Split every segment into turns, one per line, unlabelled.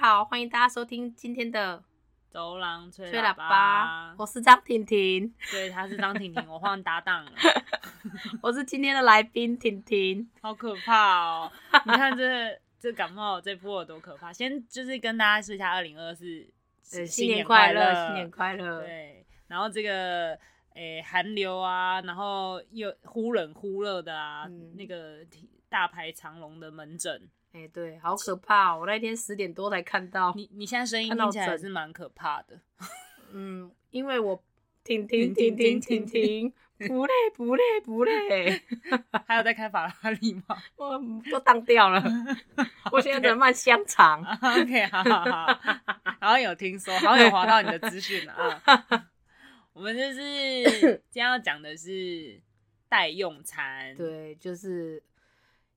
好，欢迎大家收听今天的
走廊吹
吹喇叭
叭，，
我是张婷 婷，
对，他是张婷婷，我换搭 档了，
我是今天的来宾婷婷。
好可怕哦！你看这这感冒这波有多可怕？先就是跟大家说一下，二零二四
对，
呃新
年
快
乐，新年快乐！
对，然后这个诶寒流啊，然后又忽冷忽热的啊，
嗯
那个挺大排长龙的门诊，
哎、对，好可怕、哦！我那天十点多才看到，
你你现在声音
哦看到
听起来
整
还是蛮可怕的。
嗯，因为我婷婷婷
婷
婷
婷
婷
婷
婷，不累不累不 累，
还有在开法拉利吗
我都当掉了，我现在只能卖香肠。
啊？OK，好好好，好像有听说，好像有划到你的资讯了啊。我们就是 今天要讲的是代用餐，，
对，就是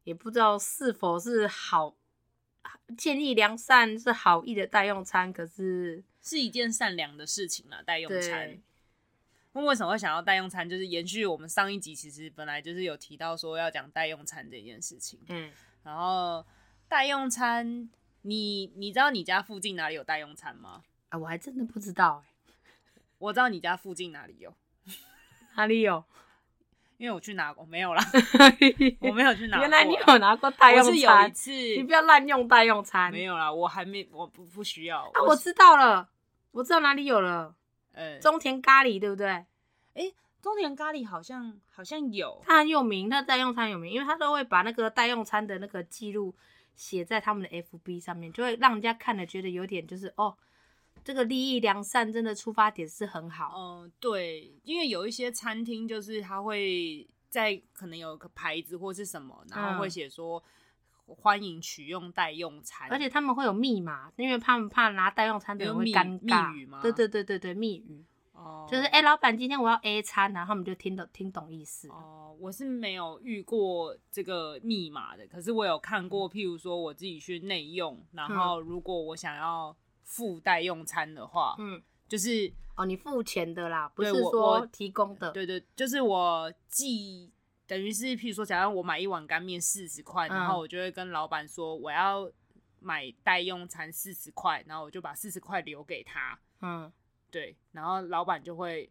也不知道是否是好建议良善是好意的代用餐，可是
是一件善良的事情啦，啊代用餐
对。
那为什么会想要代用餐？就是延续我们上一集，其实本来就是有提到说要讲代用餐这件事情。
嗯，
然后代用餐，你你知道你家附近哪里有代用餐吗？
啊，我还真的不知道、欸、
我知道你家附近哪里有，
哪里有。
因为我去拿过，没 有啦，我没有去拿过啦。
原来你有拿过代用
我是有一
餐，
次，
你不要滥用代用餐。
没有啦，我还没，我不不需要。
啊，我
是
知道了，我知道哪里有了，
呃，中
中田咖喱对不对？
中田咖喱好像好像有，
它很有名，它代用餐有名，因为它都会把那个代用餐的那个记录写在他们的 FB 上面，就会让人家看了觉得有点就是哦，这个利益良善真的出发点是很好，
嗯、对，因为有一些餐厅就是它会在可能有个牌子或是什么，然后会
嗯
写说欢迎取用代用餐，
而且他们会有密码，因为他们怕拿代用餐的人
有
会
密
尴尬。
密语吗
对对对对对，密语、
哦
就是哎、老板今天我要 A 餐，然后他们就听懂听懂意思。
哦，我是没有遇过这个密码的，可是我有看过，譬如说我自己去内用，然
嗯
后如果我想要附带用餐的话，
嗯，
就是
哦，你付钱的啦，不
对
是
我
说
我
提供的。
对对，就是我寄，等于是譬如说，假如我买一碗干面四十块，然后
嗯
我就会跟老板说我要买代用餐四十块，然后我就把四十块留给他，
嗯，
对，然后老板就会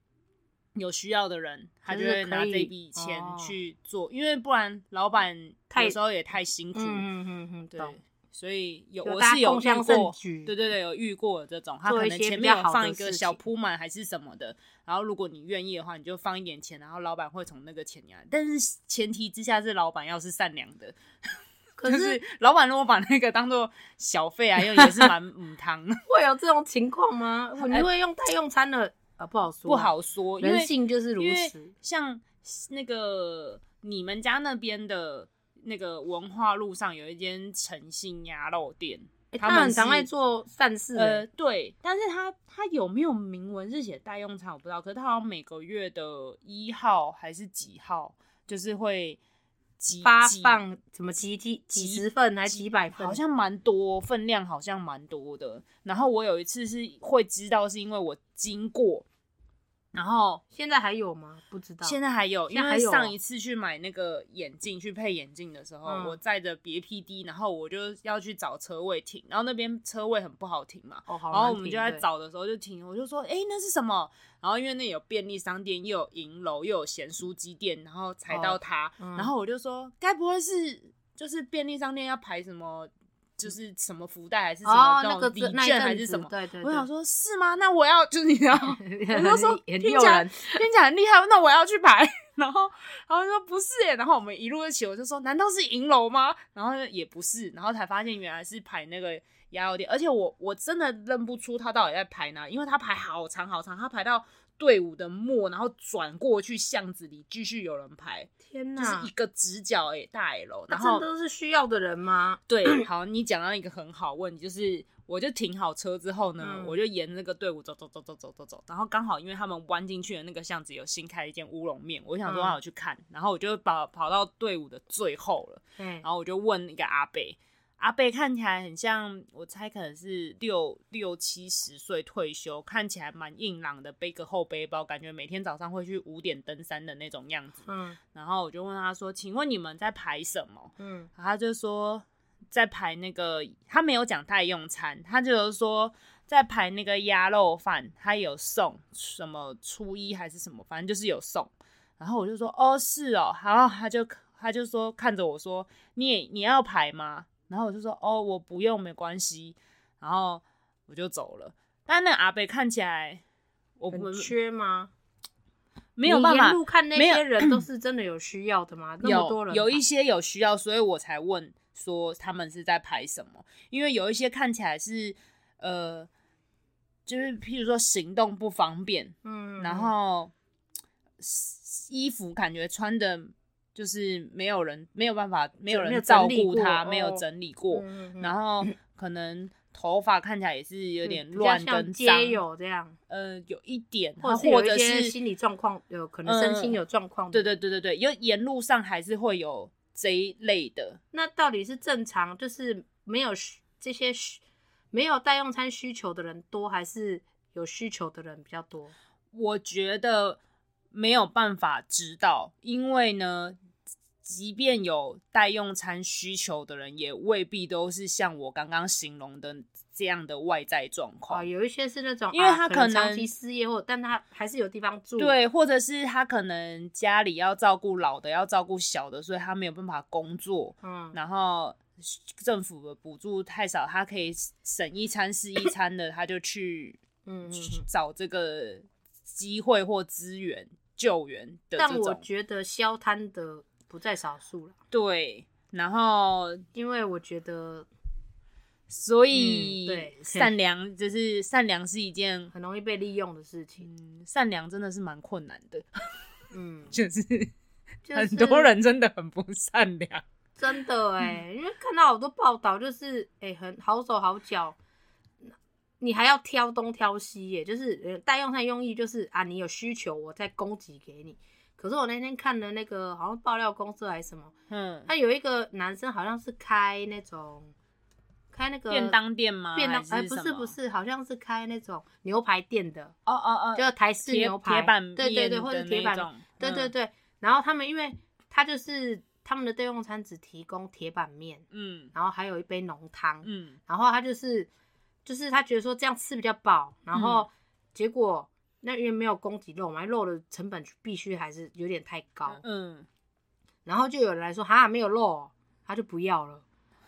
有需要的人，他
就
就是会拿
可以
这笔钱
哦
去做，因为不然老板
太
有时候也太辛苦，
嗯嗯嗯嗯，
对
懂。，
所以有
就
我
大家
是有
共
遇
襄盛
过，
举
对对对，有遇过这种，他
做
可
一
能
些
前
比
面
较
有
好
放
的
一
事
个小
情
铺满还是什么的，然后如果你愿意的话，你就放一点钱，然后老板会从那个钱呀，但是前提之下是老板要是善良的，
可
就是是老板如果把那个当做小费啊，用也是 蛮母汤的，
会有这种情况吗？你会用代用餐的啊？不好说，
哎不，好说，因
人
为
性就是如
因为
此。
像那个你们家那边的那个文化路上有一间诚信鸭肉店。
欸
他
他
们
很常
是
爱做善事
呃
欸，，
对，但是他他有没有明文是写代用餐我不知道，可是他好像每个月的一号还是几号，就是会集
发
集
放什么几几几
几
十份还几百份，
好像蛮多分量，好像蛮多的。然后我有一次是会知道，是因为我经过，然后
现在还有吗？不知道。
现在还有，
现在
因
还
为
有哦
上一次去买那个眼镜去配眼镜的时候，
嗯
我载着别 PD，然后我就要去找车位停，然后那边车位很不好停嘛，
哦，好难听，
然后我们就在
对，
找的时候就停，我就说，哎、那是什么？然后因为那有便利商店，又有银楼，又有咸酥鸡店，然后踩到它，
嗯
然后我就说，该不会是就是便利商店要排什么，就是什么福袋还是什
哦
么
那个
种
字
礼
那一
券还
阵
是
子
什么？
对对，
我想
对，
说，是吗？那我要 就是你知道， 我就说
很
听
诱
起来
人，
听起来很厉害，那我要去排。 然后，然后就说不是耶，然后我们一路一起，我就说难道是银楼吗？然后也不是，然后才发现原来是排那个鸭肉店，而且我我真的认不出他到底在排哪，因为他排好长好长，他排到队伍的末，然后转过去巷子里继续有人排，
天
就是
哪
一！个直角诶、大 L，
那
然
这
后
都是需要的人吗？
对，好，你讲到一个很好问题，就是我就停好车之后呢，
嗯
我就沿那个队伍走走走走走走走，然后刚好因为他们弯进去的那个巷子有新开一间乌龙面，我想说
嗯
我去看，然后我就跑跑到队伍的最后了，
哎，
然后我就问一个阿贝，阿贝看起来很像，我猜可能是六六七十岁退休，看起来蛮硬朗的，背个后背包，感觉每天早上会去五点登山的那种样子。
嗯
然后我就问他说：“请问你们在排什么？”
嗯，
他就说在排那个，他没有讲代用餐，他就是说在排那个鸭肉饭，他有送什么初一还是什么，反正就是有送。然后我就说哦是哦，然后他就他就说看着我说你也你要排吗？然后我就说哦我不用没关系，然后我就走了。但那个阿北看起来我不
很缺吗？
没有办
你
法
沿，路看那
没有
些 人都是真的有需要的吗？那么多人
有有一
些
些有需要，所以我才问说他们是在排什么，因为有一些看起来是呃，就是譬如说行动不方便，
嗯，
然后衣服感觉穿的就是没有人没有办法没有
没有
人照
整理
顾
过
他，
哦
没有整理过，
嗯嗯
然后可能头发看起来也是有
嗯
点
比较
乱
像
跟脏，
街友这样，
呃，有一点，
或者是
或
有
者
一些
是
心理状况，有可能身心
嗯
有状况。
对对对对对，因为沿路上还是会有这一类的，
那到底是正常，就是没有需这些需没有代用餐需求的人多，还是有需求的人比较多？
哦我觉得没有办法知道，因为呢，即便有代用餐需求的人，也未必都是像我刚刚形容的这样的外在状
啊，
况。
有一些是那种，
因为
啊
他
可
可能
长期失业，或但他还是有地方住。，
对，或者是他可能家里要照顾老的，要照顾小的，所以他没有办法工作，
嗯，
然后政府的补助太少，他可以省一餐是一餐的，他就去
嗯嗯嗯
去找这个机会或资源救援的
但
这
我
种。
觉得消摊的不在少数了，
对，然后
因为我觉得
所
嗯
以、
对
善良就是善良是一件，
很容易被利用的事情。
嗯，善良真的是蛮困难的，
嗯，
就是
就是
很多人真的很不 善良。
真 的哎、因为看到好多报道，就是哎、很好手好脚，你还要挑东挑西耶、就是呃代用餐用意就是啊，你有需求我再供给给你。可是我那天看了那个好像爆料公司还是什么，
嗯，
他有一个男生好像是开那种开那个
便当店吗？
便当
还
哎
是
不
什
是
么
不，是，好像是开那种牛排店的，
哦哦哦，
就是台式
铁
牛排，
铁板
对对对，
面
或者
的
铁
那
板
种嗯
对对，对，然后他们因为他就是他们的备用餐只提供铁板面，
嗯
然后还有一杯浓汤，
嗯
然后他就是就是他觉得说这样吃比较饱，然
嗯
后结果那因为没有供给肉嘛，肉的成本必须还是有点太高，
嗯，
然后就有人来说哈没有肉哦，他就不要了，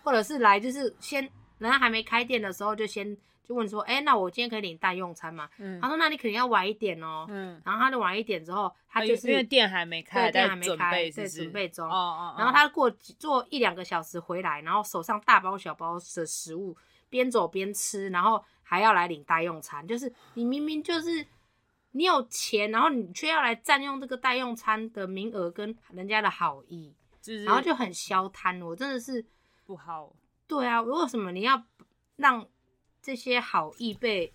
或者是来就是先人家还没开店的时候就先就问说，哎、那我今天可以领代用餐吗？
嗯
他说那你肯定要晚一点哦，
嗯，
然后他就晚一点之后，他
哦
就是
因为店还没开，
对店还
在
没
准
开对
备，是不是
准备中
哦哦，哦
然后他过几坐一两个小时回来，然后手上大包小包的食物，边走边吃，然后还要来领代用餐，就是你明明就是你有钱，然后你却要来占用这个代用餐的名额跟人家的好意，
就是，
然后就很消摊，我真的是
不好，
对啊，为什么你要让这些好意 被，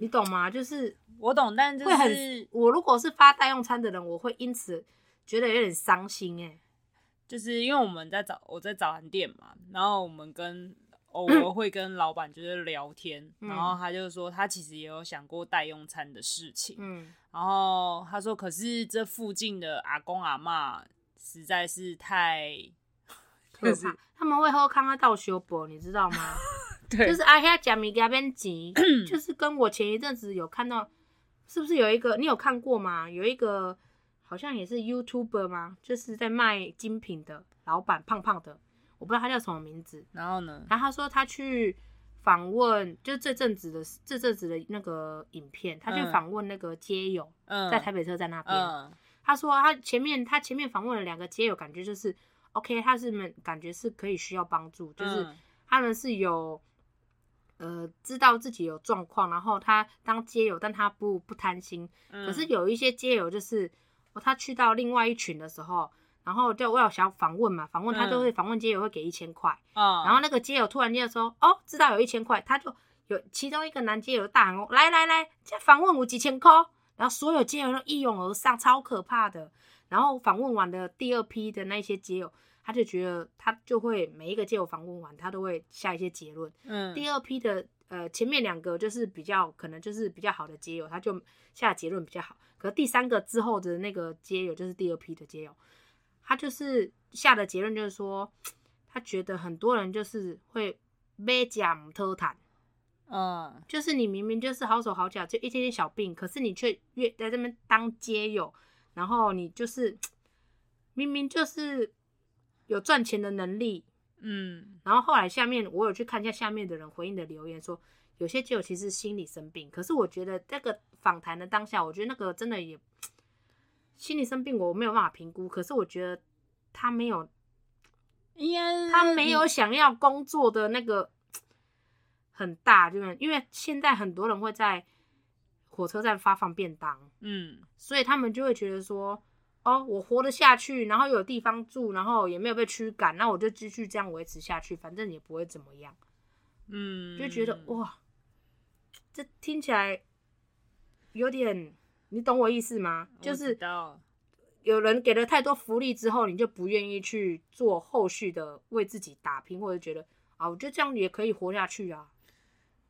你懂吗？就是
我懂，但就
会很
是
我如果是发代用餐的人，我会因此觉得有点伤心哎、
就是因为我们在早我在早餐店嘛，然后我们跟偶尔会跟老板就是聊天，
嗯
然后他就说他其实也有想过代用餐的事情，
嗯
然后他说可是这附近的阿公阿嬷实在是太，
可
就是
怕，他们会喝康阿道修博，你知道吗？
对
就是啊阿黑假米加边吉， 就是跟我前一阵子有看到，是不是有一个你有看过吗？有一个好像也是 YouTuber 吗？就是在卖精品的老板，胖胖的，我不知道他叫什么名字。
然后呢，
然后他说他去访问，就是这阵子的这阵子的那个影片，他去
嗯
访问那个街友，
嗯，
在台北车站那边。
嗯
他说他前面他前面访问了两个街友，感觉就是 OK，他是们感觉是可以需要帮助，就是
嗯
他们是有呃知道自己有状况，然后他当街友，但他不不贪心。
嗯
可是有一些街友就是、哦、他去到另外一群的时候。然后就我有想访问嘛，访问他
嗯
就会访问街友会给一千块，
嗯，
然后那个街友突然间说，哦，知道有一千块，他就有其中一个男街友大喊哦，来来来，这访问我几千块，然后所有街友都一拥而上，超可怕的。然后访问完的第二批的那些街友，他就觉得他就会每一个街友访问完，他都会下一些结论。
嗯
第二批的呃前面两个就是比较可能就是比较好的街友，他就下结论比较好。可是第三个之后的那个街友就是第二批的街友，他就是下的结论就是说，他觉得很多人就是会买假唔偷谈，
嗯，
就是你明明就是好手好脚，就一点点小病，可是你却越在这边当街友，然后你就是明明就是有赚钱的能力，
嗯，
然后后来下面我有去看一下下面的人回应的留言说，有些基友其实心理生病，可是我觉得那个访谈的当下，我觉得那个真的也心理生病，我没有办法评估，可是我觉得他没有
应该
他没有想要工作的那个很大，就是因为现在很多人会在火车站发放便当，
嗯，
所以他们就会觉得说，哦，我活得下去，然后有地方住，然后也没有被驱赶，那我就继续这样维持下去，反正也不会怎么样，
嗯，
就觉得、哇，这听起来有点，你懂我意思吗？就
我知
是
道
有人给了太多福利之后，你就不愿意去做后续的为自己打拼，或者觉得啊，我觉得这样也可以活下去啊。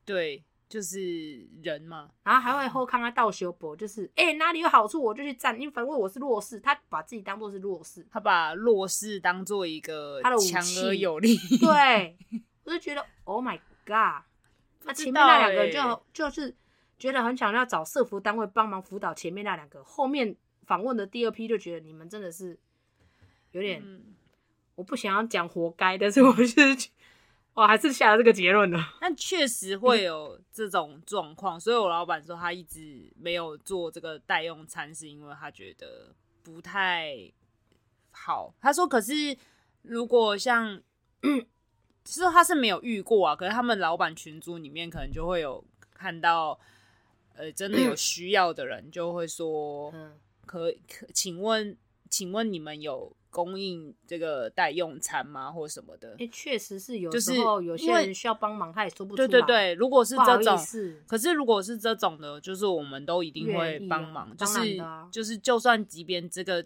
对，就是人嘛，，
然后还会后看他倒修博，就是哎、欸哪里有好处我就去占，因为反正我是弱势，他把自己当做是弱势
他把弱势当做一个
他的武器
强而 有力，
对，我就觉得 Oh my God，那前
知
面
道
那两个就、
欸
就是觉得很想要找社服单位帮忙辅导前面那两个，后面访问的第二批就觉得你们真的是有点。
嗯
我不想要讲活该，但是我是 觉，我还是下了这个结论了。
但确
嗯
实会有这种状况，所以我老板说他一直没有做这个代用餐，是因为他觉得不太好。他说，可是如果像， 其实他是没有遇过啊，可是他们老板群组里面可能就会有看到，呃，真的有需要的人就会说，
嗯，
可可，请问，请问你们有供应这个代用餐吗，或什么的
因？为确实是有
就是
时候有些
因为
人需要帮忙，他也说不出
对
来。
对对，如果是
不好
这
意
种，
思。
可是如果是这种的，就是我们都一定会帮
愿
忙，
意啊
就
当然
是、
的啊
就是就算即便这个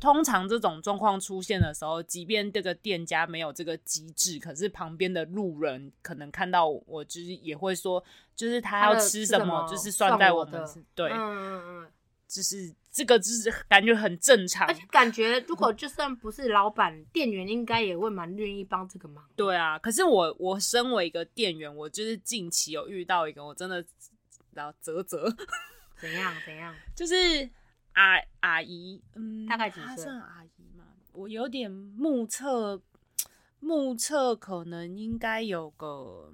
通常这种状况出现的时候，即便这个店家没有这个机制，可是旁边的路人可能看到我，就是也会说，就是他
他
要
的
吃
吃
什
什
么，
么
就是
算
算在
我
我们
的
是对，
嗯嗯嗯。
就是这个就是感觉很正常
而，且感觉如果就算不是老板，店员应该也会蛮愿意帮这个忙。
对啊，可是我我身为一个店员，我就是近期有遇到一个我真的然后啧 啧，
怎样怎样？
就是阿阿姨，嗯，
大概几岁
她算阿姨嘛？我有点目测，目测可能应该有个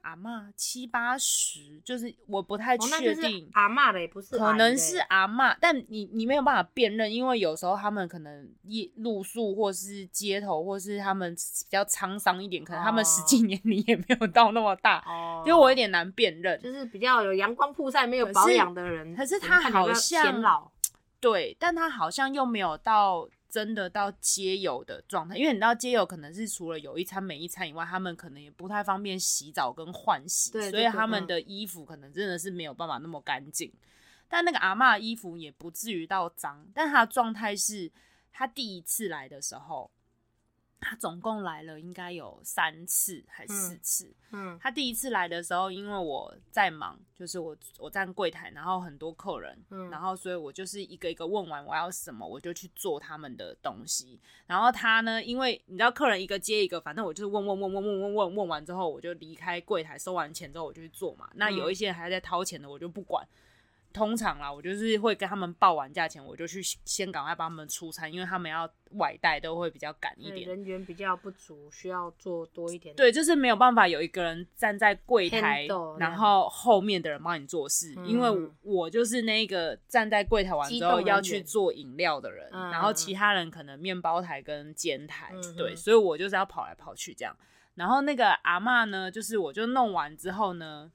阿嬷七八十，就是我不太
哦，那就
确定
是。阿嬷的，也不是阿姨的，
可能是啊阿嬷，但你你没有办法辨认，因为有时候他们可能夜露宿，或是街头，或是他们比较沧桑一点，可能他们
哦
实际年 龄也没有到那么大，
哦，
因为我有点难辨认。
就是比较有阳光曝晒、没有
可是
保养的人，
可
只
是他
看起来
好
比较
像
显老，
对，但他好像又没有到真的到街友的状态，因为你知道街友可能是除了有一餐没一餐以外，他们可能也不太方便洗澡跟换洗，
对
所以
这个
他们
嗯
的衣服可能真的是没有办法那么干净。但那个阿嬷的衣服也不至于到脏，但她的状态是，她第一次来的时候，她总共来了应该有三次还四
嗯
次，
嗯
他第一次来的时候，因为我在忙，就是我我站柜台，然后很多客人，
嗯
然后所以我就是一个一个问完我要什么，我就去做他们的东西。然后他呢，因为你知道客人一个接一个，反正我就是问问问问问问问问完之后，我就离开柜台，收完钱之后我就去做嘛。那
嗯
有一些人还在掏钱的，我就不管。通常啦，我就是会跟他们报完价钱，我就去先赶快帮他们出餐，因为他们要外带都会比较赶一
对
点。
人员比较不足，需要做多一点。
对，就是没有办法有一个人站在柜台
Handle，，
然后后面的人帮你做事，
嗯
因为我就是那个站在柜台完
机
之
动
后
人
要去
员
做饮料的人，
嗯
然后
嗯
其他人可能面包台跟煎台，
嗯哼
对，所以我就是要跑来跑去这样。然后那个阿嬷呢，就是我就弄完之后呢，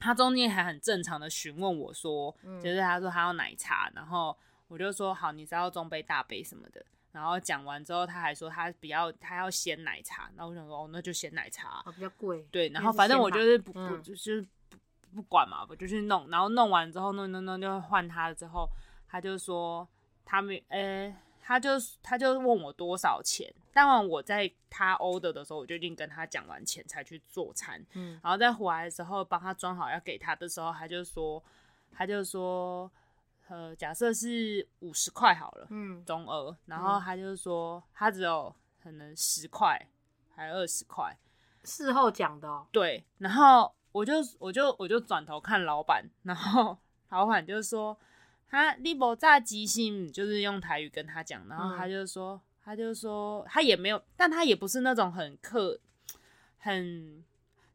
她中间还很正常的询问我说，
嗯
就是她说她要奶茶，然后我就说好，你是要中杯、大杯什么的。然后讲完之后，她还说她比较她要鲜奶茶，然后我想说哦，那就鲜奶茶啊、
啊，比较贵。
对，然
因为
后
是
反正
鲜
我
奶
就是不不
嗯
就是不不管嘛，我就去弄，然后弄完之后弄弄弄就换他了之后，他就说他没呃、他就他就问我多少钱，当然我在他 order 的时候，我就已经跟他讲完钱才去做餐，
嗯
然后再回来的时候帮他装好要给他的时候，他就说他就说呃假设是五十块好了，
嗯
中二，然后他就说他只有可能十块还二十块。
事后讲的哦，
对，然后我就我就我就转头看老板，然后老板就说：“他利伯炸鸡心，就是用台语跟他讲。”然
嗯
后他就说，他就说，他也没有，但他也不是那种很客，很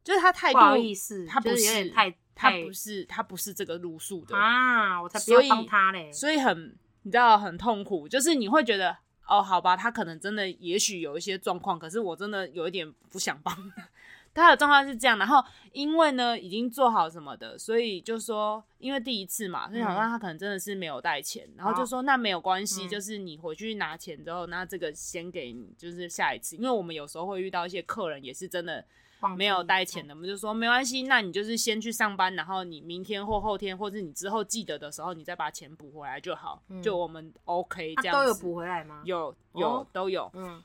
就是他态
不
度，
好意思，
他不
就是有
是
点太
他
太
不是他不是这个路数的，
啊，我才不要
所以
帮他嘞。
所以很你知道很痛苦，就是你会觉得哦，好吧，他可能真的也许有一些状况，可是我真的有一点不想帮 他。他的状况是这样，然后因为呢已经做好什么的，所以就说因为第一次嘛，所以想说
嗯
他可能真的是没有带钱，然后就
好
说那没有关系，
嗯
就是你回去拿钱之后，那这个先给你，就是下一次，因为我们有时候会遇到一些客人也是真的
忘记
没有带钱的，我们就说没关系，那你就是先去上班，然后你明天或后天，或是你之后记得的时候，你再把钱补回来就好。
嗯
就我们 OK
他
这样子，
都有补回来吗？，
有有、
哦
都有。
嗯，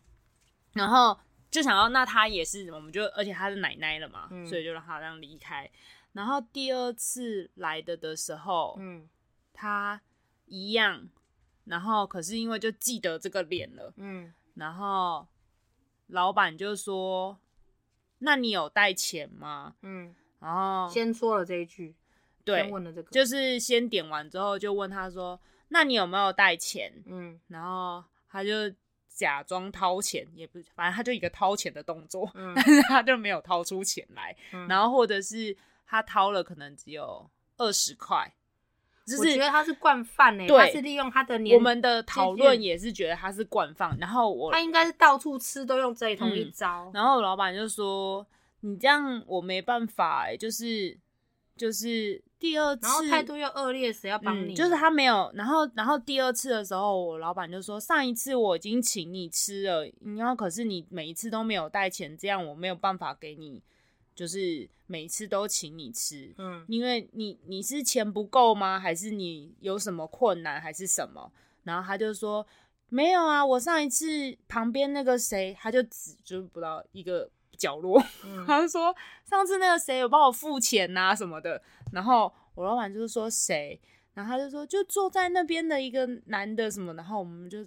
然后就想要，那他也是，我们就而且他是奶奶了嘛，
嗯
所以就让他这样离开。然后第二次来的的时候，
嗯
他一样，然后可是因为就记得这个脸了，
嗯
然后老板就说：“那你有带钱吗？”
嗯，
然后
先说了这一句，
哦对
先，问了这个，
就是先点完之后就问他说：“那你有没有带钱
嗯？”
然后他就假装掏钱，也不，反正他就一个掏钱的动作，
嗯
但是他就没有掏出钱来。
嗯
然后或者是他掏了，可能只有二十块，就
我觉
是
得他是惯犯呢，
对
他是利用他的年，
我们的讨论也是觉得他是惯放。然后我
他应该是到处吃都用这一同
嗯
一招，
然后老板就说：“你这样我没办法、欸，就是就是第二次，
然后态度又恶劣，谁要帮你？
嗯，就是他没有。然后，然后第二次的时候，我老板就说，上一次我已经请你吃了，然后可是你每一次都没有带钱，这样我没有办法给你，就是每一次都请你吃，
嗯
因为你你是钱不够吗？还是你有什么困难还是什么？然后他就说。没有啊，我上一次旁边那个谁，他就指就是不知道一个角落，
嗯
他就说上次那个谁有帮我付钱呐、什么的，然后我老板就是说谁，然后他就说就坐在那边的一个男的什么，然后我们就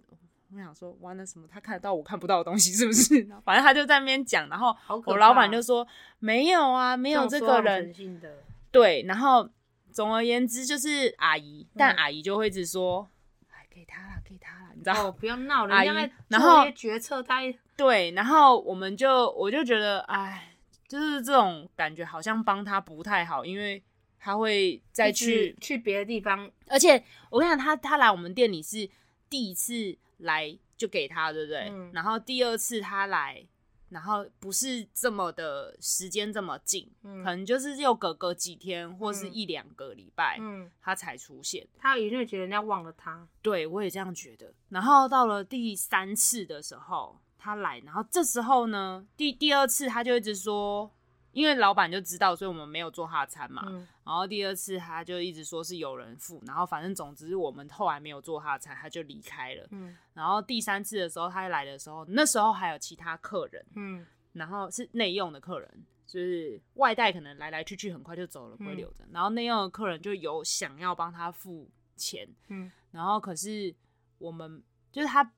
我们想说完了什么，他看得到我看不到的东西是不是？然后反正他就在那边讲，然后
嗯好可怕哦
我老板就说没有啊，
没
没有这个人，
性的，
对，然后总而言之就是阿姨，但
嗯
阿姨就会一直说，哎，给他啦，给他啦，你知道
哦，不要闹，人
阿姨
家在
然
做
后
一些决策，他也
对，然后我们就我就觉得，哎，就是这种感觉好像帮他不太好，因为他会再
一直
去，
去别的地方，
而且我跟你讲，他他来我们店里是第一次来就给他，对不对？
嗯
然后第二次他来，然后不是这么的时间这么近，
嗯
可能就是又隔个几天或是
嗯
一两个礼拜，
嗯，
他才出现。
他一定会觉得人家忘了他，
对，我也这样觉得。然后到了第三次的时候，他来，然后这时候呢，第第二次他就一直说，因为老板就知道，所以我们没有做他的餐嘛。
嗯
然后第二次他就一直说是有人付，然后反正总之我们后来没有做他的餐，他就离开了。
嗯
然后第三次的时候，他来的时候，那时候还有其他客人，
嗯
然后是内用的客人，就是外带可能来来去去很快就走了，不会
嗯
留着。然后内用的客人就有想要帮他付钱，
嗯
然后可是我们就是他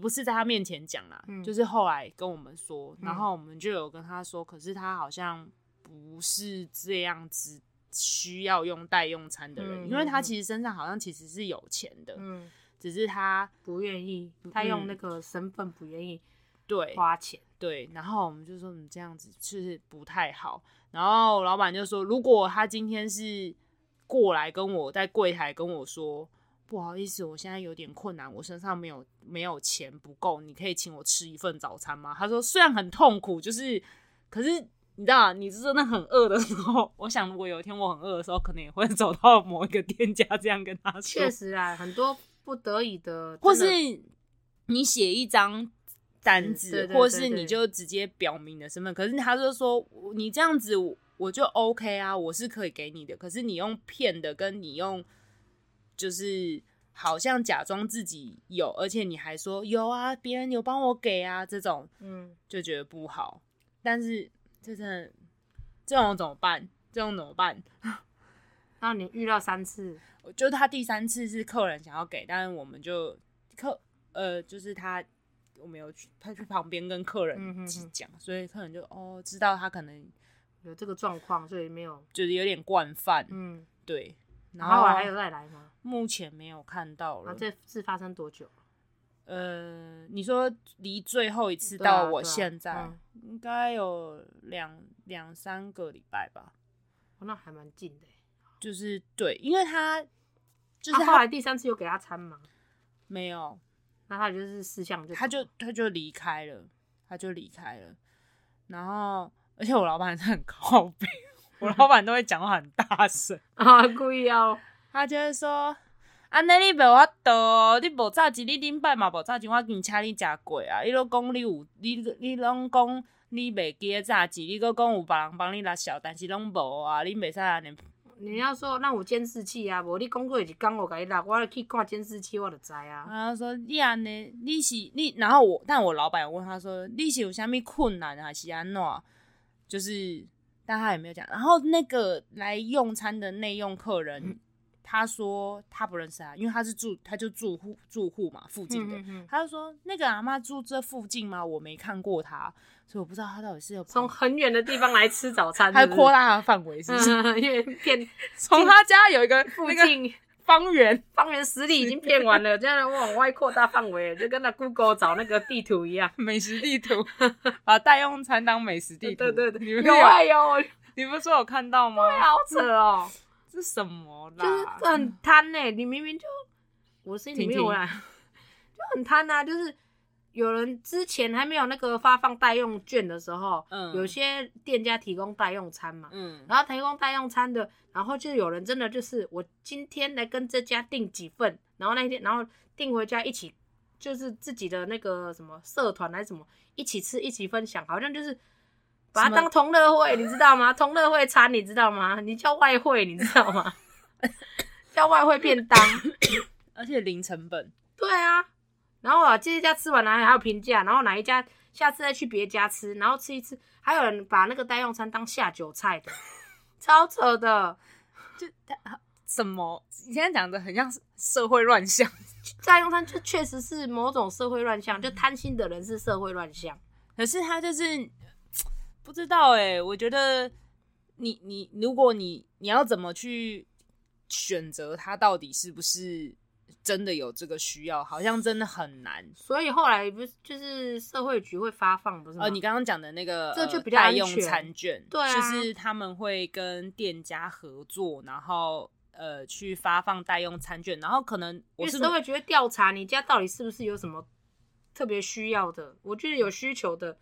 不是在他面前讲啦，
嗯
就是后来跟我们说，
嗯
然后我们就有跟他说，可是他好像不是这样子需要用代用餐的人，
嗯
因为他
嗯
其实身上好像其实是有钱的，
嗯，
只是他
不愿意，他用那个身份不愿意
嗯对
花钱，
对，然后我们就说你这样子就是不太好。然后老板就说，如果他今天是过来跟我在柜台跟我说，不好意思，我现在有点困难，我身上没有没有钱不够，你可以请我吃一份早餐吗？他说虽然很痛苦，就是可是。你知道，你是真的很饿的时候，我想如果有一天我很饿的时候，可能也会走到某一个店家这样跟他说。
确实啊，很多不得已的，
或是
真的
你写一张单子，
嗯对对对
或是你
对
就直接表明你的身份。可是他就说我你这样子我我就 OK 啊，我是可以给你的。可是你用骗的，跟你用就是好像假装自己有，而且你还说有啊，别人有帮我给啊，这种
嗯，
就觉得不好。但是这真的这种怎么办？这种怎么办？
然后你遇到三次，
我就是他第三次是客人想要给，但是我们就客呃，就是他我没有去，他去旁边跟客
嗯哼
人
哼
讲，所以客人就哦知道他可能
有这个状况，所以没有，
就是有点惯犯，
嗯，
对。
然
然
后
后
还有再来吗？
目前没有看到
然
了
后，这次发生多久？
呃，你说离最后一次
对啊
到我
对啊
现在，
嗯
应该有两两三个礼拜吧。
哦那还蛮近的欸。
就是对，因为他就
就是啊后
他、
来第三次有给他餐嘛，
没有，
那他就是事项就
他就他就离开了，他就离开了。然后，而且我老板是很靠背，我老板都会讲话很大声，
啊故意要
他就会说：“啊，那你袂法度，哦你无早钱，你顶摆嘛无早钱，我已经请你食过啊。你都讲你有，你你拢讲你袂记得早钱，你搁讲有别人帮你拉小，但是拢无啊，你袂使安尼
你要说让我监视器啊，无你工作一天我给你拉，我去看监视器我就知啊。
然后说你安尼，你是你，然后我，但我老板有问他说你是有啥物困难啊还是安怎？就是，但他也没有讲。然后那个来用餐的内用客人，他说他不认识啊他，因为他是住，他就住户住户嘛，附近的。
嗯，
他就说那个阿妈住这附近吗？我没看过他，所以我不知道他到底是有
从很远的地方来吃早餐，
他
是不是
扩，大他的范围，是不是？
嗯 因为 骗
从他家有一个
附
那个
近
方圆，
方圆十里已经骗完了，这样我往外扩大范围，就跟那 Google 找那个地图一样。
美食地 图，把代用餐当美食地
对
图。
对对，
你们
有哎有，
你不是说有看到吗？对，
好扯哦，
这什么
就是
啦？
很贪呢、你明明就我心里
婷
没
婷
有啦， 就很贪啊，就是。有人之前还没有那个发放代用券的时候，
嗯
有些店家提供代用餐嘛，
嗯，
然后提供代用餐的，然后就有人真的就是我今天来跟这家订几份，然后那一天然后订回家一起，就是自己的那个什么社团还是什么一起吃一起分享，好像就是把它
什么
当同乐会，你知道吗？同乐会餐你知道吗？你叫外汇你知道吗？ 叫外汇便当，
而且零成本，
对啊。然后啊，这一家吃完哪里还有评价，然后哪一家下次再去别家吃，然后吃一吃，还有人把那个代用餐当下酒菜的，超扯的。
什么？你现在讲的很像社会乱象，
代用餐就确实是某种社会乱象，就贪心的人是社会乱象。
可是他就是不知道哎、我觉得你你如果你你要怎么去选择他到底是不是真的有这个需要，好像真的很难。
所以后来不是就是社会局会发放不是吗？
呃，你刚刚讲的那个
嗯这就
呃
比较
代
安
用
全
餐券，
对啊
就是他们会跟店家合作，然后呃去发放代用餐券，然后可能
因
我
为
是
社会局会调查你家到底是不是有什么特别需要的，我觉得有需求的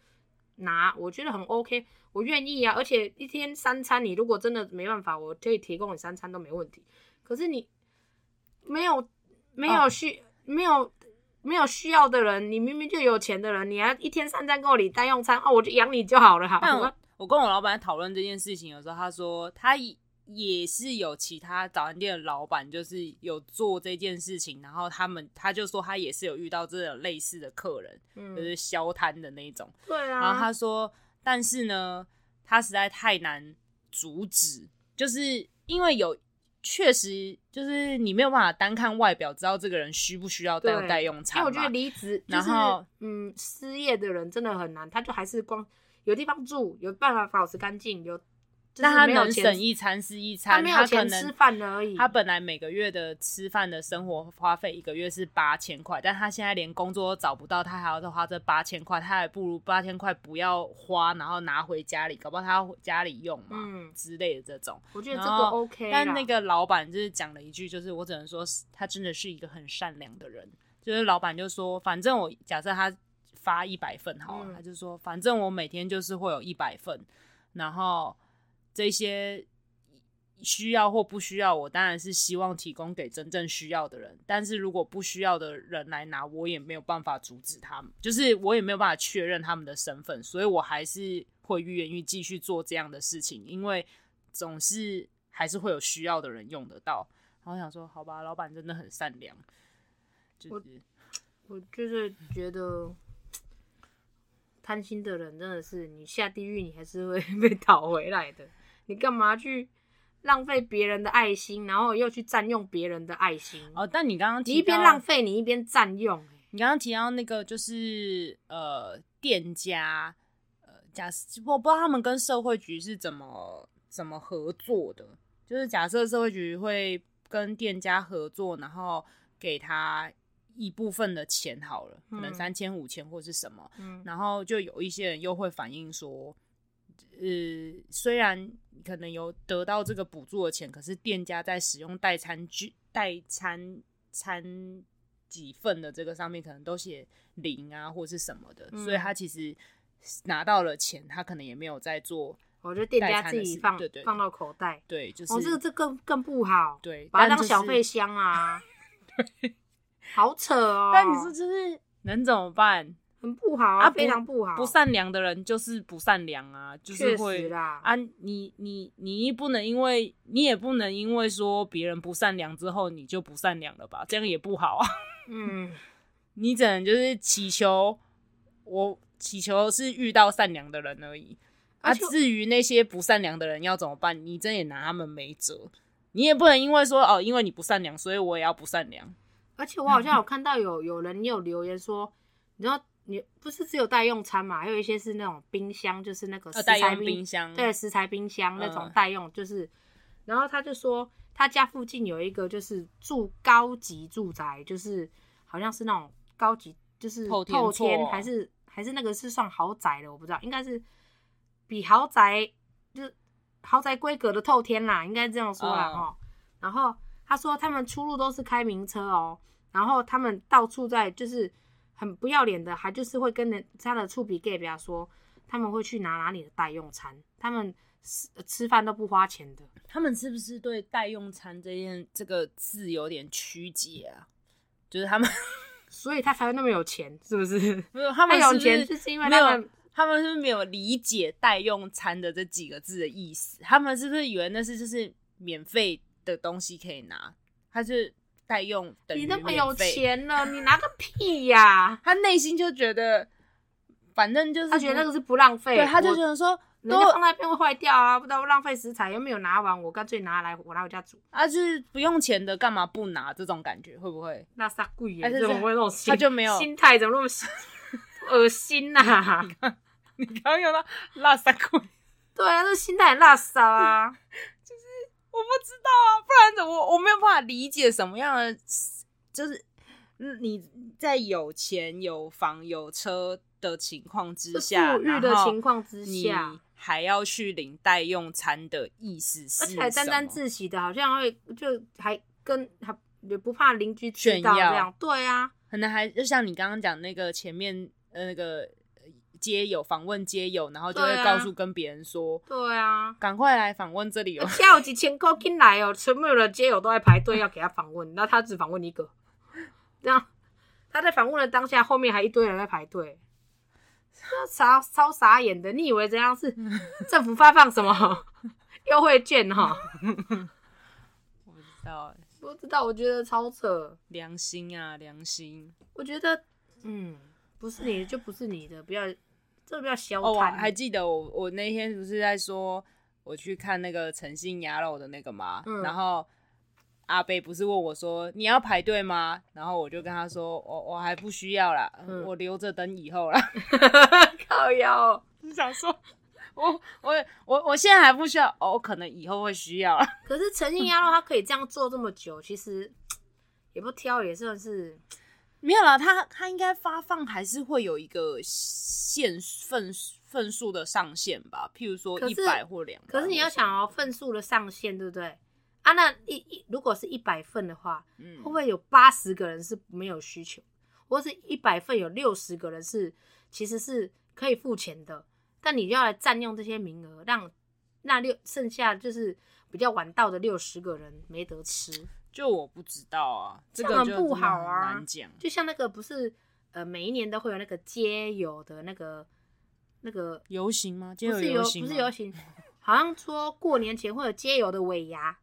拿，我觉得很 OK，我愿意啊。而且一天三餐，你如果真的没办法，我可以提供你三餐都没问题。可是你没有没有需、没有。没有需要的人，你明明就有钱的人，你还一天三餐跟我理单用餐哦，我就养你就好了哈。
但
我
我我跟我老板在讨论这件事情的时候，他说他也也是有其他早餐店的老板，就是有做这件事情，然后他们他就说他也是有遇到这种类似的客人，
嗯
就是消摊的那一种。
对啊，
然后他说，但是呢，他实在太难阻止，就是因为有确实就是你没有办法单看外表知道这个人需不需要代
对
代用
因
餐
为我
嘛。
觉得离职，就
然
是
后
嗯，失业的人真的很难，他就还是光有地方住，有办法保持干净，有就
那
是
他
没有
能省
钱，
一餐是一
他
餐，
没
他
有
可
钱吃
能
饭而已。
他本来每个月的吃饭的生活花费一个月是八千块，但他现在连工作都找不到，他还要再花这八千块，他还不如八千块不要花，然后拿回家里，搞不好他要回家里用嘛、
嗯
之类的这种。
我觉得这
然
个
后
OK，
但
啦
那个老板就是讲了一句，就是我只能说是他真的是一个很善良的人。就是老板就说，反正我假设他发一百份好了，
嗯
他就说，反正我每天就是会有一百份，然后这些需要或不需要，我当然是希望提供给真正需要的人。但是如果不需要的人来拿，我也没有办法阻止他们，就是我也没有办法确认他们的身份，所以我还是会愿意继续做这样的事情，因为总是还是会有需要的人用得到。然后我想说，好吧，老板真的很善良，就是
我就是觉得贪心的人真的是，你下地狱你还是会 被讨回来的。你干嘛去浪费别人的爱心，然后又去占用别人的爱心？
哦，但你刚刚提
你一边
到
浪费，你一边占用、欸
你刚刚提到那个就是呃店家，呃，假设我不知道他们跟社会局是怎么怎么合作的，就是假设社会局会跟店家合作，然后给他一部分的钱好了，可能
嗯
三千、五千或是什么，
嗯
然后就有一些人又会反映说，呃，虽然可能有得到这个补助的钱，可是店家在使用代餐具、代餐餐几份的这个上面，可能都写零啊或是什么的，所以
嗯
他其实拿到了钱，他可能也没有在做，
我觉哦得店
代
家
餐
自
的
己
事
放
对对对
放到口袋，
对，就是、
哦，这个这更更不好，
对，
把它
但
当
就是
小费箱啊，好扯哦。
但你说就是能怎么办？
很不好
啊不
非常不好，
不善良的人就是不善良啊，就
确
是会
实啦，
啊，你你你不能因为你也不能因为说别人不善良之后你就不善良了吧？这样也不好啊。
嗯，
你只能就是祈求，我祈求是遇到善良的人而已。啊，
而且
至于那些不善良的人要怎么办，你真也拿他们没辙。你也不能因为说哦，因为你不善良，所以我也要不善良。
而且我好像有看到有有人也有留言说，你知道你不是只有代用餐嘛，还有一些是那种冰箱，就是那个
呃，
食
代
材
用冰箱，
对，食材冰箱那种
嗯
代用，就是，然后他就说他家附近有一个就是住高级住宅，就是好像是那种高级，就是
透
透
天
天
厝
还是还是那个是算豪宅的，我不知道，应该是比豪宅就是豪宅规格的透天啦，应该这样说啦
嗯
哦。然后他说他们出入都是开名车哦，然后他们到处在就是很不要脸的，还就是会跟人他的触笔 gay 表说，他们会去拿哪里的代用餐，他们吃吃饭都不花钱的。
他们是不是对代用餐这件这个字有点曲解啊？就是他们，
所以他才会那么有 钱，是不是？
没有他
他
们是
有
不是
钱就是因为
没有
他们
他们是不是没有理解“代用餐”的这几个字的意思？他们是不是以为那是就是免费的东西可以拿？他是代用等于
你那么有
免费，
钱了，你拿个屁呀、
他内心就觉得，反正就是
他觉得那个是不浪费，
对，他就
我
觉得说
人家
都
放在那边会坏掉啊，不知道浪费食材，又没有拿完，我干脆拿来我来我家煮，
啊，就是不用钱的，干嘛不拿？这种感觉会 不会？
那啥贵耶
还，是
怎么
这
会有那种心？
他就没有
心态，怎么那么心恶心啊呐、
你刚刚用到拉萨裤，
对啊，这心态很辣骚 啊！
我不知道啊，不然怎么我没有办法理解什么样的，就是嗯你在有钱、有房、有车的情况之
就
下，
富裕的
然后
情况之
你
下，
还要去领代用餐的意思是
而
什
且
么？
还沾沾自喜的，好像会就还跟还也不怕邻居知道
炫
这
耀
样。对啊，
可能还就像你刚刚讲那个前面呃那个呃街友访问街友，然后就会
对啊
告诉跟别人说，
对啊。
赶快来访问这 里哦。
下有几千块进来哦，全部的街友都在排队要给他访问，那他只访问一个，这样他在访问的当下，后面还一堆人在排队，那傻超傻眼的。你以为这样 是政府发放什么优惠券哈、
我不知道，
不知道，我觉得超扯。
哦良心啊，良心。
我觉得，嗯，不是你的就不是你的，不要这不要消
哦，我
谈。
还记得我我那天不是在说我去看那个诚信鸭肉的那个嘛，
嗯
然后阿贝不是问我说你要排队吗？然后我就跟他说我我还不需要啦，
嗯
我留着等以后啦。
靠腰，
就想说我我我我现在还不需要，哦，我可能以后会需要啦。
可是诚信鸭肉它可以这样做这么久，其实也不挑，也算是
没有啦，他他应该发放还是会有一个限份份数的上限吧，譬如说
可
一
是
百或两百。
可是你要想哦，份数的上限对不对？啊，那一一如果是一百份的话，
嗯，
会
会
不会有八十个人是没有需求，或是一百份有六十个人是其实是可以付钱的，但你要来占用这些名额，让那六剩下就是比较晚到的六十个人没得吃，
就我不知道啊，这
这
个
样
就
很不
真的
好啊
很难讲。
就像那个不是呃每一年都会有那个街友的那个那个
游行吗？今
不
天
是
游行
不
吗
是游，行，好像说过年前会有街友的尾牙。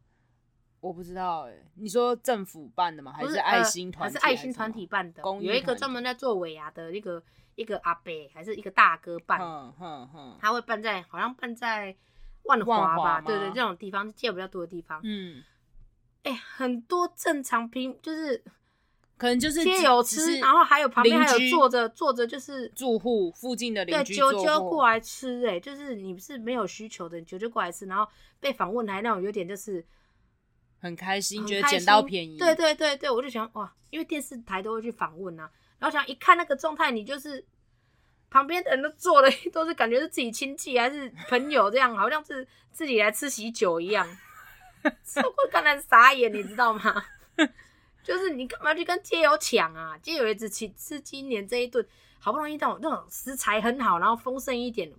我不知道哎、你说政府办的吗？还
不
是
是
爱心团
呃还
体？
是爱心团体？办的，
公益
有一
团
个
体
专门在做尾牙的一个一个阿伯还是一个大哥办，
嗯哼哼，
他会办在好像办在万
万
华
华
吧，
吗
对对，这种地方借比较多的地方，
嗯，
哎、很多正常平就是
可能就是
街
只
有
只
吃，
是
然后还有旁边
邻
还有
居
坐着坐着就是
住户附近的邻
对
居
啾
做
啾
过
过来吃、欸，哎，就是你是没有需求的，你啾啾过来吃，然后被访问还让我有点就是
很开心，
很
觉得
开
捡到
心
便宜，
对对对对，我就想哇，因为电视台都会去访问啊，然后想一看那个状态，你就是旁边的人都坐了， 都是感觉是自己亲戚还是朋友这样，好像是自己来吃喜酒一样，超过当然傻眼，你知道吗？ 就是你干嘛去跟街友抢啊？街友也只吃吃今年这一顿，好不容易那种那种食材很好，然后丰盛一点，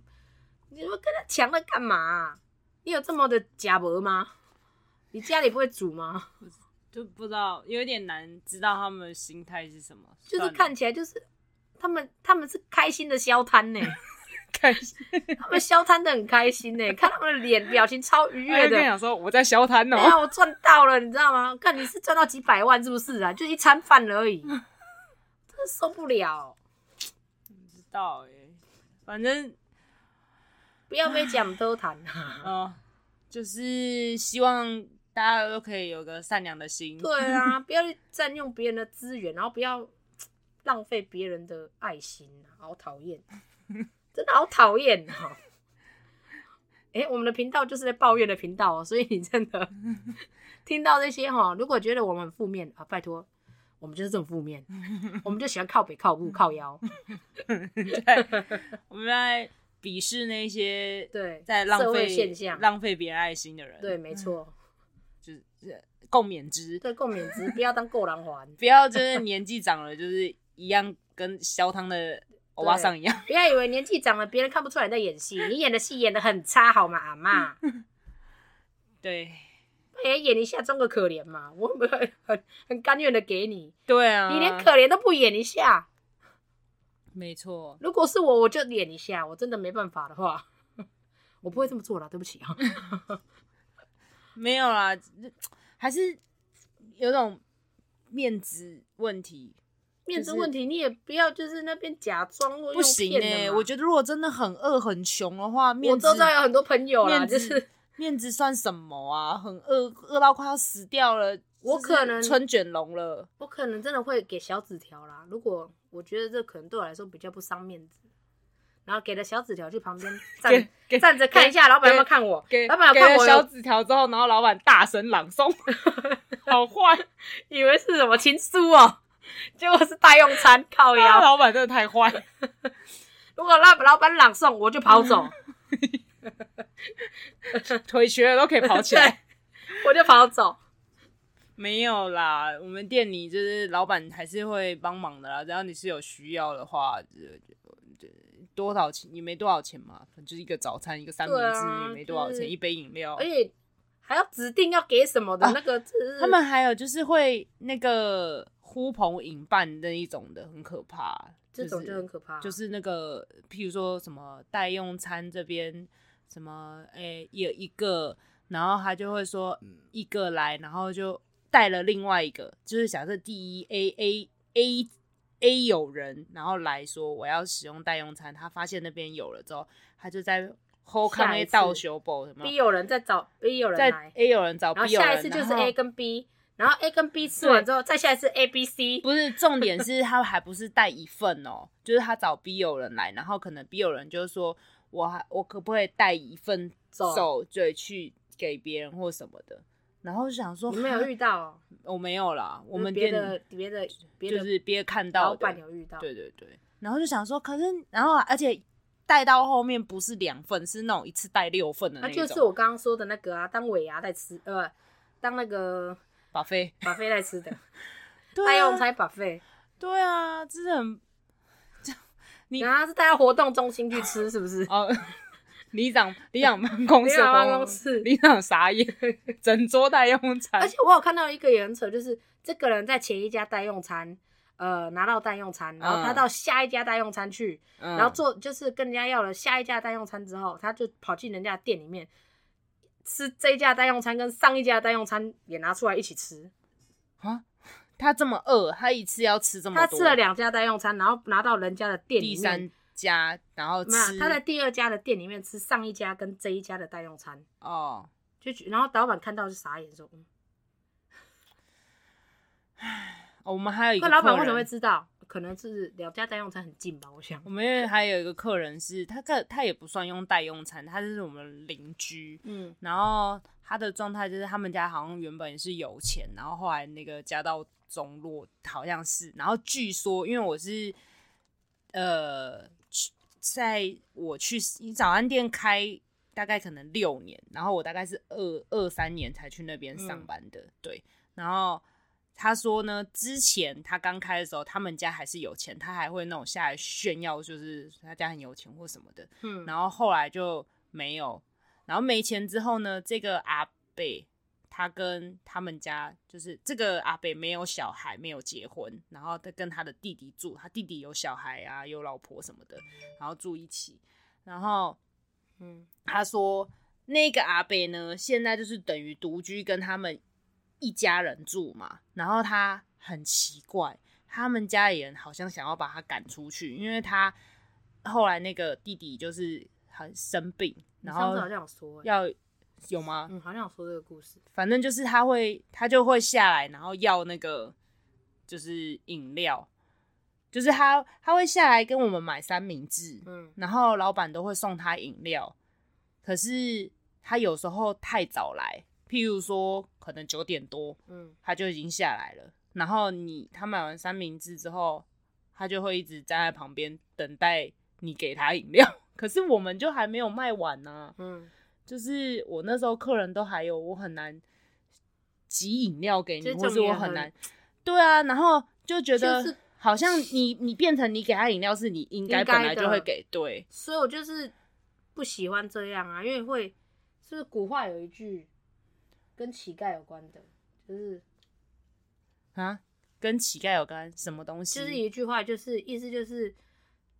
你们跟他抢了干嘛啊、你有这么的假博吗？你家里不会煮吗？
就不知道有点难知道他们的心态是什么，
就是
算了
看起来就是他们他们是开心的消摊 呢、
开心，
他们消摊的很开心呢、看他们的脸表情超愉
因为
悦
哎跟你
的。
讲说我在消摊
哎呀，
哦，
我赚到了，你知道吗？看你是赚到几百万是不是啊？就一餐饭而 已，真的受不了！
不知道哎、反正
不要被讲多谈啊！
哦，就是希望大家都可以有个善良的心。
对 啊，不要去占用别人的资源，然后不要浪费别人的爱心啊，好讨 厌，真的好讨厌哦！哎、我们的频道就是在抱怨的频道哦，所以你真 的听到这些哈、如果觉得我们很负面啊，拜托，我们就是这种负面，我们就喜欢靠北、靠步、靠 腰，
我们在鄙视那些
对，
在浪
社
费
会现象，
浪嗯费别人爱心的人，
对，，没错，
就是共勉 之，
对，共勉之，不要当过狼环，
不要就是年纪长了就是一样跟消汤的欧巴桑一 样，
不要以为年纪长了别人看不出来你在演戏，你演的戏演的很差，好吗，阿妈？
对
也哎演一下装个可怜嘛， 我们很很很甘愿的给你，
对啊，
你连可怜都不演一下。
没错，
如果是我，我就演一下，我真的没办法的话， 我不会这么做啦，对不起 啊。
没有啦，还是有种面子问题，
面子问题你也不要就是那边假装
不行
呢、
欸我觉得如果真的很饿很穷的话，
我
面子
周遭有很多朋友啦，
面
就
子
是
面子算什么啊？很饿，饿到快要死掉了。
我
就是
可能
春卷龙了，
我可能真的会给小纸条啦。如果我觉得这可能对我来说比较不伤面子，然后给了小纸条去旁边站
给
站着看一下老板有没有
给
看我，
给
老板有
给
看
了
我
小
有
纸条之后，然后老板大声 朗诵，好坏，
以为是什么情书哦，结果是代用餐，靠腰。
啊老板真的太坏，
如果让老板朗诵，我就跑走，
腿瘸了都可以 跑起来。
我就跑走。
没有啦，我们店里就是老板还是会帮忙的啦，只要你是有需要的话，这这多少钱也没多少钱嘛，就是一个早餐一个三明
对啊
治也没多少
就
钱，
是哎
一杯饮料
而。且还要指定要给什么的
哦啊
那个，这是
他们还有就是会那个呼朋引伴那一种的，很可怕。
这种就是很可怕，
就是那个，譬如说什么代用餐这边，什么诶、有一个，然后他就会说一个来，然后就带了另外一个，就是假设第一 A A A A 有人，然后来说我要使用代用餐，他发现那边有了之后，他就在后看
下一
A
次
倒修补什么
B，有人在找 B 有人
在
来，
A 有人找
然后
B 有人，
下一次就是
然后
A 跟 B，然后 A 跟 B 吃完之后，再下一次 A B C，
不是重点是他还不是带一份哦，就是他找 B 友人来，然后可能 B 友人就说，我还我可不可以带一份
走
走对去给别人或什么的，然后就想说
你们有遇到哦？
我没有啦，我
就是
们
别
店
的
里
别的别
就
的
是别看到
老
的
板有遇到，啊
对对对，然后就想说，可是然后啊而且带到后面不是两份，是那种一次带六份的
那
那
就
种，
是我刚刚说的那个啊，当尾牙在吃，呃，当那个
把费，
把费在吃的，
对
代用
啊，
餐把费，
对啊，真的很你
然后他是带到活动中心去吃，是不是？
哦， 里长里长办公室
里长办
啊公
公室
里长傻眼，整桌代用
而
餐，
且我有看到一个也很扯，就是这个人在前一家代用餐，呃，拿到代用餐，然后他到下一家代用餐去，
嗯
然后做就是跟人家要了下一家代用餐之后，他就跑进人家店里面吃这一家代用餐，跟上一家代用餐也拿出来一起吃。
啊，他这么饿，他一次要吃这么
他
多，
吃了两家代用餐，然后拿到人家的店里
第
面，
三家，然后
没有
吃
他在第二家的店里面吃上一家跟这一家的代用餐，
哦，
就觉然后老板看到就傻眼说，嗯
哦我们还有一个
那老板
客
为什么会
人
知道？可能是两家代用餐很近吧，我想
我。们还有一个客人是他客他也不算用代用餐，他是我们邻居，
嗯，
然后他的状态就是他们家好像原本也是有钱，然后后来那个家道中落，好像是。然后据说，因为我是呃去在我去早餐店开大概可能六年，然后我大概是二二三年才去那边上班的，对。然后他说呢，之前他刚开的时候，他们家还是有钱，他还会那种下来炫耀，就是他家很有钱或什么的。
嗯
然后后来就没有，然后没钱之后呢，这个阿贝他跟他们家就是这个阿贝没有小孩，没有结婚，然后他跟他的弟弟住，他弟弟有小孩啊，有老婆什么的，然后住一起，然后
嗯，
他说那个阿北呢，现在就是等于独居跟他们一家人住嘛，然后他很奇怪，他们家里人好像想要把他赶出去，因为他后来那个弟弟就是很生病，
你
然
上
后
次好像有说、欸，
要有吗？
嗯，好像有说这个故事。
反正就是他会，他就会下来，然后要那个就是饮料，就是他他会下来跟我们买三明治，
嗯
然后老板都会送他饮料，可是他有时候太早来，譬如说可能九点多
嗯，
他就已经下来了，然后你他买完三明治之后，他就会一直站在旁边等待你给他饮料， 可是我们就还没有卖完呢、
嗯，
就是我那时候客人都还有，我很难挤饮料给你，
这
或
种
是我
也
很
很
难，对啊，然后就觉得
就是
好像你你变成你给他饮料是你应该
应该
本来就
的
会给，对，
所以我就是不喜欢这样啊，因为会是不是古话有一句跟乞丐有关的，就是
啊，跟乞丐有关什么东西？
就是一句话，就是意思就是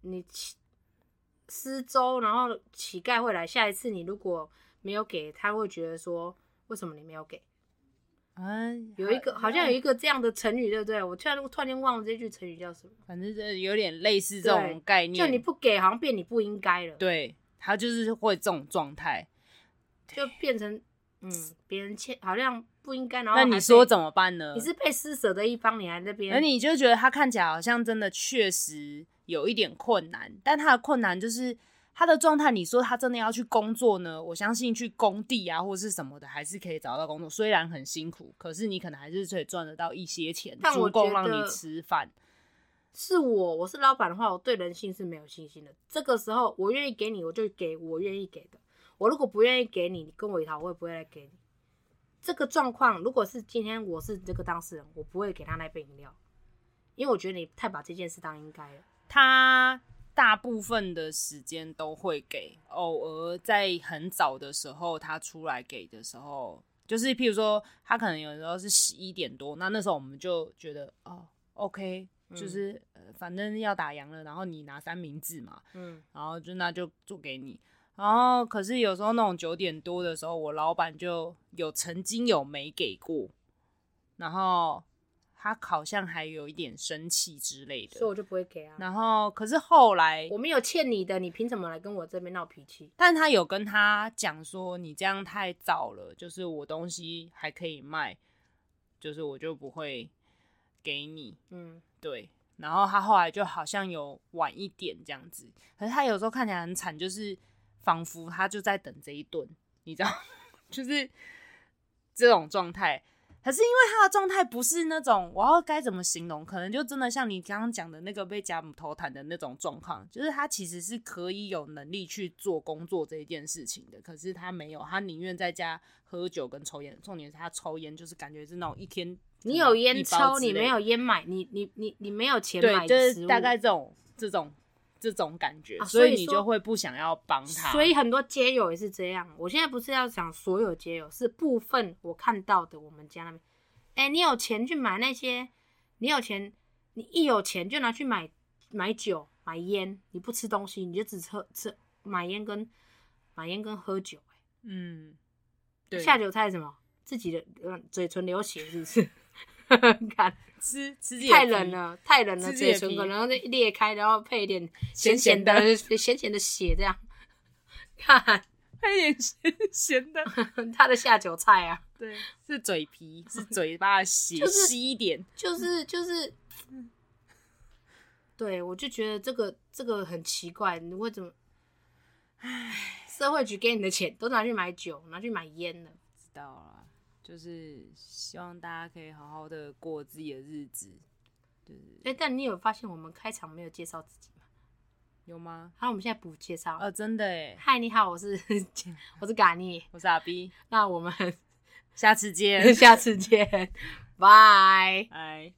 你乞施粥，然后乞丐会来，下一次你如果没有给，他会觉得说为什么你没有给？
嗯，
有一个好像有一个这样的成语，对不对？我突然突然间忘了这句成语叫什么，
反正就是有点类似这
对
种概念，
就你不给，好像变你不应该了，，
对他就是会这种状态。
就变成嗯，别人欠好像不应该，然后
那
还
你
被
说怎么办呢？
你是被施舍的一方，你还在那边，
而你就觉得他看起来好像真的确实有一点困难，但他的困难就是他的状态。你说他真的要去工作呢？我相信去工地啊或是什么的，还是可以找到工作。虽然很辛苦，可是你可能还是可以赚得到一些钱，
但我
足够
觉
让你
得
吃饭。
是我，我是老板的话，我对人性是没有信心的。这个时候，我愿意给你，我就给我愿意给的。我如果不愿意给你，你跟我一套，我也不会来给你。这个状况，如果是今天我是这个当事人，我不会给他那杯饮料，因为我觉得你太把这件事当应该了。
他大部分的时间都会给，偶尔在很早的时候他出来给的时候，就是譬如说他可能有时候是十一点多，那那时候我们就觉得哦，OK，
嗯
就是、呃反正要打烊了，然后你拿三明治嘛，
嗯
然后就那就做给你。然后可是有时候那种九点多的时候，我老板就有曾经有没给过，然后他好像还有一点生气之类的，
所以我就不会给啊。
然后可是后来
我，没有欠你的，你凭什么来跟我这边闹脾气？
但他有跟他讲说，你这样太早了，就是我东西还可以卖，就是我就不会给你。
嗯，
对，然后他后来就好像有晚一点这样子，可是他有时候看起来很惨，就是仿佛他就在等这一顿，你知道， 就是这种状态。可是因为他的状态不是那种我要该怎么形容，可能就真的像你刚刚讲的那个被贾母头弹的那种状况，就是他其实是可以有能力去做工作这一件事情的，可是他没有，他宁愿在家喝酒跟抽烟。重点是他抽烟，就是感觉是那种一天
你有
一
烟
包
抽，
之
你
类
没
的
有烟买，你你你你没有钱买
对，就
食
是
物，
大概这种这种这种感觉，
啊
所
所以
你
说
就会不想要帮他。
所以很多街友也是这样。我现在不是要讲所有街友，是部分我看到的我们家那边。哎、你有钱去买那些，你有钱，你一有钱就拿去买买酒、买烟，你不吃东西，你就只喝吃买烟跟买烟跟喝酒、
嗯，对，
下酒菜是什么？自己的、呃、嘴唇流血是不是？ 看
吃吃自己的
太
皮
冷，了，太冷了，
自己
嘴
的
唇
皮
可能就裂开，然后配一点
咸
咸
咸
咸
的
的、咸咸的血 这样。看
配点咸咸的。
他的下酒菜啊，对，
是嘴皮，是嘴 巴的血、
就是
吸一点，
就是就是，嗯对我就觉得这个这个很奇怪，你为什么？唉，社会局给你的钱都拿去买酒，拿去买烟了。
知道了。就是希望大家可以好好的过自己的日子，
哎、但你有发现我们开场没有介绍自己吗？啊
有吗？
好，我们现在补介绍。
哦，真的哎，
嗨，你好，我是 我是嘎尼，
我是阿 B，
那我们
下次
，
见
下次见，拜。
拜。